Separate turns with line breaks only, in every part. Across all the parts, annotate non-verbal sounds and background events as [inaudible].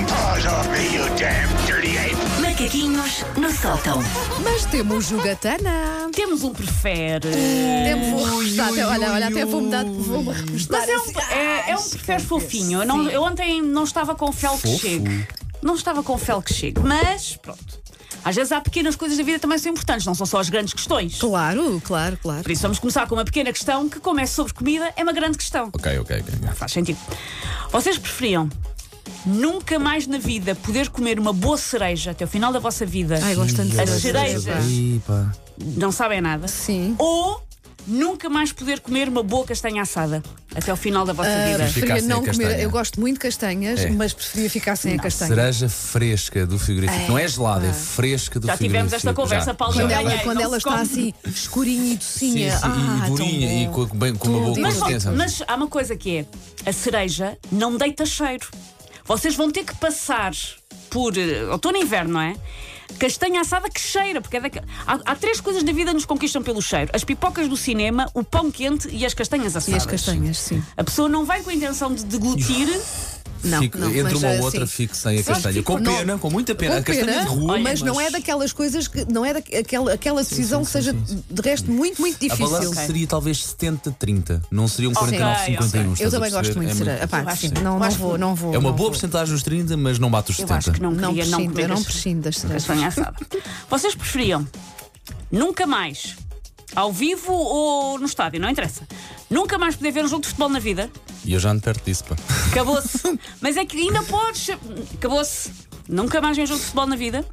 off me, you damn dirty ape!
Macaquinhos no sótão.
Mas temos jogatana.
Temos um prefere.
Temos vou recostar. até- Olha, olha, até vou-me dar. Vou-me recostar.
Mas é um, é, é um prefere fofinho. Eu, não- eu ontem não estava com o fel que
Fofo.
chegue. Não estava com o fel que chegue. Mas pronto. Às vezes há pequenas coisas da vida que também são importantes, não são só as grandes questões. Por
Claro, claro, claro.
isso vamos começar com uma pequena questão que, como é sobre comida, é uma grande questão.
Ok, ok, ok.
Faz sentido. Vocês preferiam nunca mais na vida poder comer uma boa cereja até o final da vossa vida?
Ai, gosto tanto de
As
cereja.
cerejas. Não sabem nada?
Sim.
Ou nunca mais poder comer uma boa castanha assada até o final da vossa
Ah,
vida?
Ficar
preferia
sem a
não comer.
castanha.
Eu gosto muito de castanhas,
É.
mas preferia ficar sem a castanha.
Cereja fresca do frigorífico.
É,
Não é gelada,
pá.
é fresca do
Já
frigorífico.
tivemos esta conversa,
Já,
Paulo,
já.
Quando
Ai,
ela,
ai,
quando
não
ela
se
está
come.
assim, escurinha e
Sim,
docinha.
sim,
ah,
e, e
tão
durinha, e
bom.
com, bem, com uma boa
Tudo.
Mas,
Sim,
consistência.
mas há uma coisa que é: a cereja não deita cheiro. Vocês vão ter que passar por eh, outono e inverno, não é? Castanha assada que cheira, porque é daque- há, há três coisas na vida que nos conquistam pelo cheiro: as pipocas do cinema, o pão quente e as castanhas
E
assadas.
as castanhas, sim.
A pessoa não vai com a intenção de deglutir.
Não,
Fico-
não,
entre
mas,
uma
ah,
ou outra,
sim.
fico sem a
Sim,
castanha.
fico-
Com
não.
pena, com muita pena. a
Com
castanha
pena,
de rua.
mas, não é daquelas coisas que. Não é daquela, aquela decisão que seja de resto muito, muito
A
difícil.
balança
Ok.
seria talvez 70-30. Não seria um 49-51.
Eu
estás a
também gosto
perceber?
muito
É
de cereja. Epá,
acho
sim,
que-
não,
eu
não
acho que-
vou, não vou.
É uma
não
boa
vou.
porcentagem dos 30, mas não bate os
Eu acho
70.
que não
Não
queria, não
prescindo, eu
comer
não
as-
prescindo das cerejas.
castanha assada. Vocês preferiam nunca mais, ao vivo ou no estádio, não interessa, nunca mais poder ver um jogo de futebol na vida?
E eu já ando perto disso, pá.
Acabou-se. Mas é que ainda podes. Acabou-se. Nunca mais vi um jogo de futebol na vida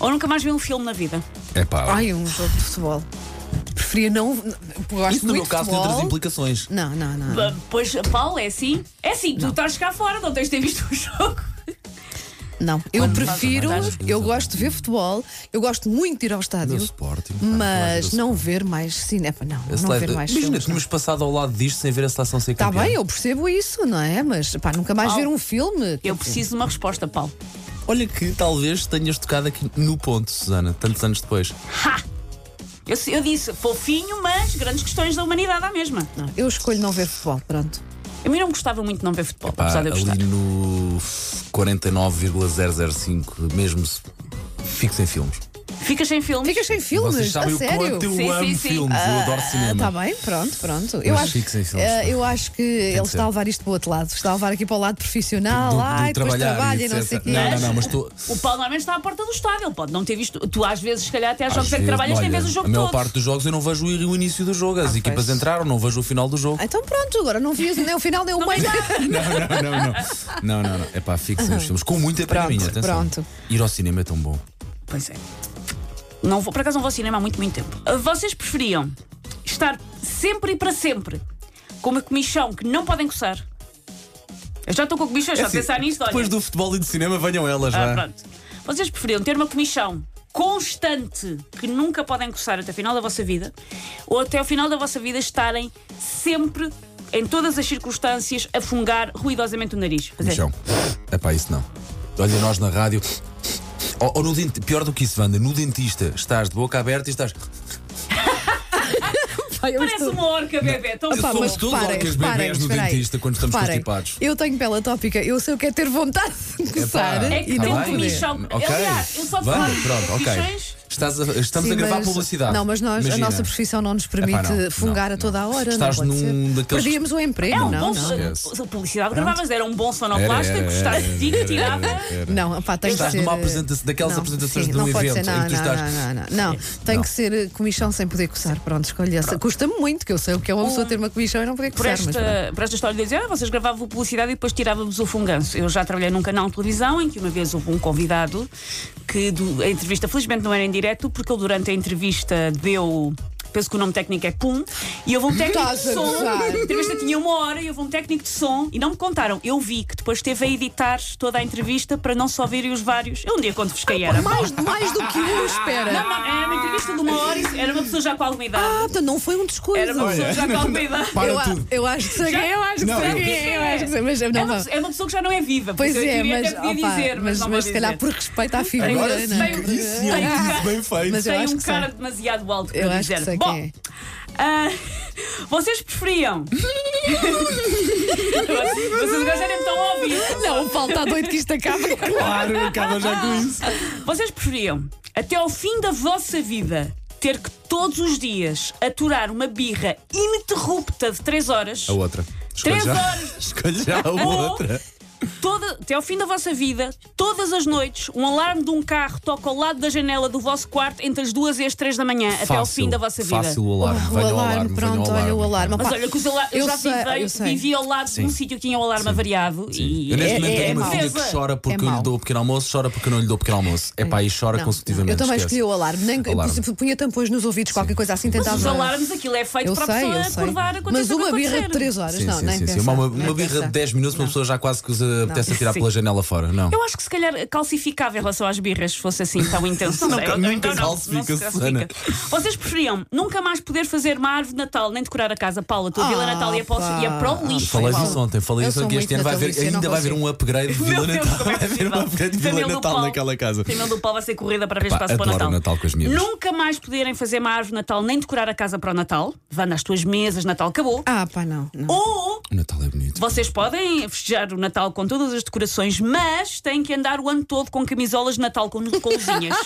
ou nunca mais vi um filme na vida.
É pá. olha.
Ai, um jogo de futebol. Preferia não. Eu gosto
Isso no
muito
meu
de
caso tem
futebol.
outras implicações.
Não, não, não.
P- Pois, Paulo, é assim? É assim, tu estás cá fora, não tens de ter visto o jogo.
Não, eu prefiro.
não faz.
Eu gosto de ver futebol, eu gosto muito de ir ao estádio,
No Sporting. pá,
Hum. mas
não.
não ver mais cinema. Não,
A
não
seleção-
ver mais
é- Imagina,
filmes.
tínhamos passado ao lado disto sem ver a seleção ser
Está
campeã.
bem, eu percebo isso, não é? Mas pá, nunca mais
Paulo,
ver um filme.
Eu preciso de uma resposta, Paulo.
Olha que talvez tenhas tocado aqui no ponto, Susana, tantos anos depois.
Ha! Eu, eu disse fofinho, mas grandes questões da humanidade à mesma.
Não, eu escolho não ver futebol, pronto.
A mim não me gostava muito de não ver futebol,
Pá,
apesar de eu gostar.
ali no 49,005, mesmo se fico sem filmes.
Ficas sem filmes?
Ficas sem
Vocês
filmes, a
sabem o
sério.
quanto eu
Sim,
amo
sim, sim.
filmes, eu adoro cinema.
Está Tá bem, pronto, pronto. Eu
Mas
acho,
fico sem filmes,
eh,
pá.
eu acho que ele
que ser.
está a levar isto para o outro lado. Está a levar aqui para o lado profissional,
Do- do
ai, Ah, depois
trabalhar e
trabalha e não
etc.
sei o quê.
Não, não, não, mas tu.
O Paulo normalmente está à porta do estádio, ele pode não ter visto. Tu às vezes, se calhar, até às
Às
jogos é que
vezes,
trabalhas, nem
olha,
vês o jogo
A maior
todo.
parte dos jogos eu não vejo o o início do jogo. As
Ah,
equipas
pois.
entraram, não vejo o final do jogo.
Então pronto, agora não vi nem o final nem o meio. [laughs]
não, não, não. Não, não, não. É pá, fico sem os filmes. Com muita pena
Pronto,
minha, atenção.
pronto.
Ir ao cinema é tão bom.
Pois é. Não vou, por acaso não vou ao cinema há muito, muito tempo. Ah, Vocês preferiam estar sempre e para sempre com uma comichão que não podem coçar? Eu já estou com comichão, já
É assim,
pensar nisto, olha.
Depois do futebol e do cinema, venham elas
Ah,
já.
pronto. Vocês preferiam ter uma comichão constante que nunca podem coçar até o final da vossa vida ou até o final da vossa vida estarem sempre, em todas as circunstâncias, a fungar ruidosamente o nariz? Fazer-
Michão. É pá, isso não. Olha, nós na rádio. Ou, ou no dent- Pior do que isso, Wanda, no dentista estás de boca aberta e estás.
Parece uma orca, bebê. Tão
Opa,
bom.
mas- todos orcas bebés no
espera aí.
dentista quando estamos
Reparem,
constipados.
Eu tenho pele atópica, eu sei o que é ter vontade de coçar.
É que
e
tem
não
um
poder.
comichão.
tá Ok.
Aliás, eu só de
Vai,
falar em
pronto, ok.
comichões-
Estás a- estamos
Sim,
a gravar
mas-
publicidade.
Não, mas nós,
Imagina.
a nossa profissão não nos permite
Epá, não,
fungar
não,
a toda a
não.
hora.
Estás
não pode ser.
num daqueles-
Perdíamos o emprego.
É um
não,
bom
não.
esquece.
a publicidade gravavas, era um bom
Era,
sonoplasta,
era,
gostaste
era,
de ti,
era,
tirava.
era, era.
Não, pá, tem
Estás
que ser. eh,
numa apresentação- daquelas
não,
apresentações
sim,
de um
não pode ser,
evento
não,
em que tu
não,
estás-
Não, não, não. Não, tem que ser eh, comichão sem poder coçar. Pronto, escolha essa. Custa-me muito, que eu sei o que é uma pessoa ter uma comichão e não é? poder
Por
coçar. mas pronto.
esta, por esta história de dizer, ah, vocês gravavam publicidade e depois tirávamos o funganço. Eu já trabalhei num canal de televisão em que uma vez houve um convidado que do- a entrevista, felizmente, não era em direto, porque ele durante a entrevista deu. Penso que o nome técnico é Pum, e houve um técnico de
Estás a
som.
gozar.
A entrevista tinha uma hora e houve um técnico de som e não me contaram. Eu vi que depois teve a editar toda a entrevista para não só virem os vários. Eu um dia quando vos era.
Mais, mais do que um, espera.
Não, não, era uma entrevista de uma hora e era uma pessoa já com alguma idade.
Ah, então não foi um descuido.
Era uma pessoa já com
[laughs]
alguma idade.
Para
eu, a-
tudo.
eu acho que sei quem, eu acho que
Não,
sei
eu-
quem é, eu acho que sei, mas eu
É
não
uma,
vou.
pessoa- é uma pessoa que já não é viva. por
Pois
isso eu
é,
queria
mas,
até podia
opá,
dizer, mas,
mas,
não
mas
vou
se calhar
dizer.
por respeito à figura, não
Agora
é?
sei o que
Isso sim,
Tem
é um
um
quiz
cara-
bem feito.
Mas eu
Tem
acho
um
que
cara
sei.
demasiado alto para ah,
Eu acho que é.
dizer. [laughs]
sei
Bom,
quem é. [laughs]
ah, vocês preferiam Vocês agora já nem estão a ouvir.
Não, o Paulo está doido que isto acabe.
Claro, acaba já com isso.
Vocês preferiam, até ao fim da vossa vida, ter que todos os dias aturar uma birra ininterrupta de 3 horas?
A outra. Escolhe
Três
já.
horas.
Escolhe já a
Ou-
outra.
Toda, até ao fim da vossa vida, todas as noites, um alarme de um carro toca ao lado da janela do vosso quarto entre as duas e as três da manhã, até ao
Fácil,
fim da vossa vida.
Fácil o alarme.
o
venha o
alarme,
alarme, venha
pronto, olha o alarme.
Mas
Pá,
olha, que os ala- eu, já
sei,
vivi,
eu sei.
vivi ao lado
Sim.
de um sítio que tinha o alarme avariado e
Eu neste
É-
momento
é-
tenho uma
é
filha
mau.
que chora porque eu
mau.
lhe dou o pequeno almoço, chora porque eu não lhe dou o pequeno almoço. É pá, e chora
não,
consecutivamente.
não. Eu também
esquece.
escolhi o alarme. Nem,
Alarme.
Punha tampões nos ouvidos, qualquer coisa assim, tentava.
Os alarmes, aquilo é feito
Eu
para
sei,
a
eu
pessoa
sei.
acordar
Mas
aconteça o que
uma birra de
acontecer.
3 horas,
Sim,
não,
sim,
nem
sim, sim.
pensar,
Uma, uma
nem
birra
pensar.
de 10 minutos, uma pessoa já quase que se apetece a tirar
Sim.
pela janela fora. Não.
Eu acho que se calhar calcificava em relação às birras, se fosse assim tão intenso.
Não,
sei. Ou
nunca
então
calcifica, Susana.
Vocês preferiam nunca mais poder fazer uma árvore de Natal nem decorar a casa, Paula? A tua
Ah,
Vila Natal ia para,
pá.
o, ia para o lixo.
Falei
Paulo.
disso ontem, falei
Eu
disso
sou
ontem. que
muito
Este ano vai haver,
natalícia, não
ainda vai haver
consigo.
um upgrade de
Meu
Vila
Deus,
Natal.
como é
Vai haver um
possível?
upgrade de
Família
Vila
do
Natal
Paulo-
naquela casa.
Família do Paulo vai ser corrida para ver
Epá,
se passa para o
adoro
Natal.
o Natal com as miúdas.
Nunca mais poderem fazer uma árvore de Natal nem decorar a casa para o Natal. Vá nas tuas mesas, Natal acabou.
Ah, pá, não. não. [laughs]
Ou
O Natal é bonito.
Vocês podem festejar o Natal com todas as decorações, mas têm que andar o ano todo com camisolas de Natal com, com
[laughs]
luzinhas.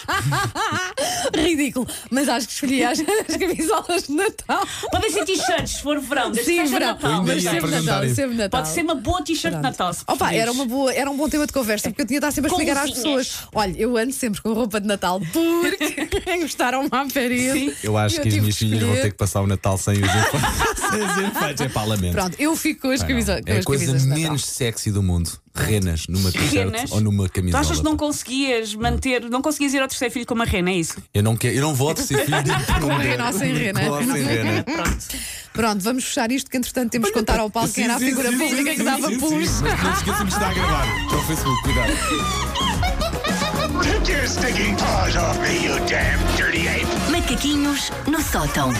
Ridículo. Mas acho que escolhi as, [laughs] as camisolas de Natal.
podem ser t-shirts, se for verão, desde que
Sim,
seja
verão.
Natal.
ainda
Mas
ia
sempre
Pode ser-
apresentar
Natal,
isso.
sempre Natal.
Pode ser uma boa t-shirt de Natal. Se
Opa,
preferires.
era, uma boa, era um bom tema de conversa, porque eu tinha de estar sempre a
Com
explicar às
luzinhas.
pessoas. Olha, eu ando sempre com roupa de Natal porque [laughs] gostaram-me à parede.
Eu acho
E
que as
tive
minhas filhas vão
escolher.
ter que passar o Natal sem os enfeites. sem os enfeites, é pá, lamento.
Pronto, eu fico com as camisolas.
é a coisa menos sexy do mundo. Renas numa
Renas.
t-shirt ou numa
Tu
camisola.
achas que não conseguias manter, não conseguias ir ao terceiro filho com uma rena, é isso?
Eu não quero, eu não vou ser filho
[laughs]
de
Com
é
rena ou sem rena?
Com ou sem rena.
Pronto.
Pronto, vamos fechar isto, que entretanto temos que contar ao Paulo quem era a
Sim, sim,
figura
sim,
pública
sim,
que
sim,
dava
sim,
pulos.
sim, Mas não esqueçam-me de estar a gravar. Para o Facebook, cuidado.
Take your stinking paws off me, you damn dirty ape!
Macaquinhos no sótão.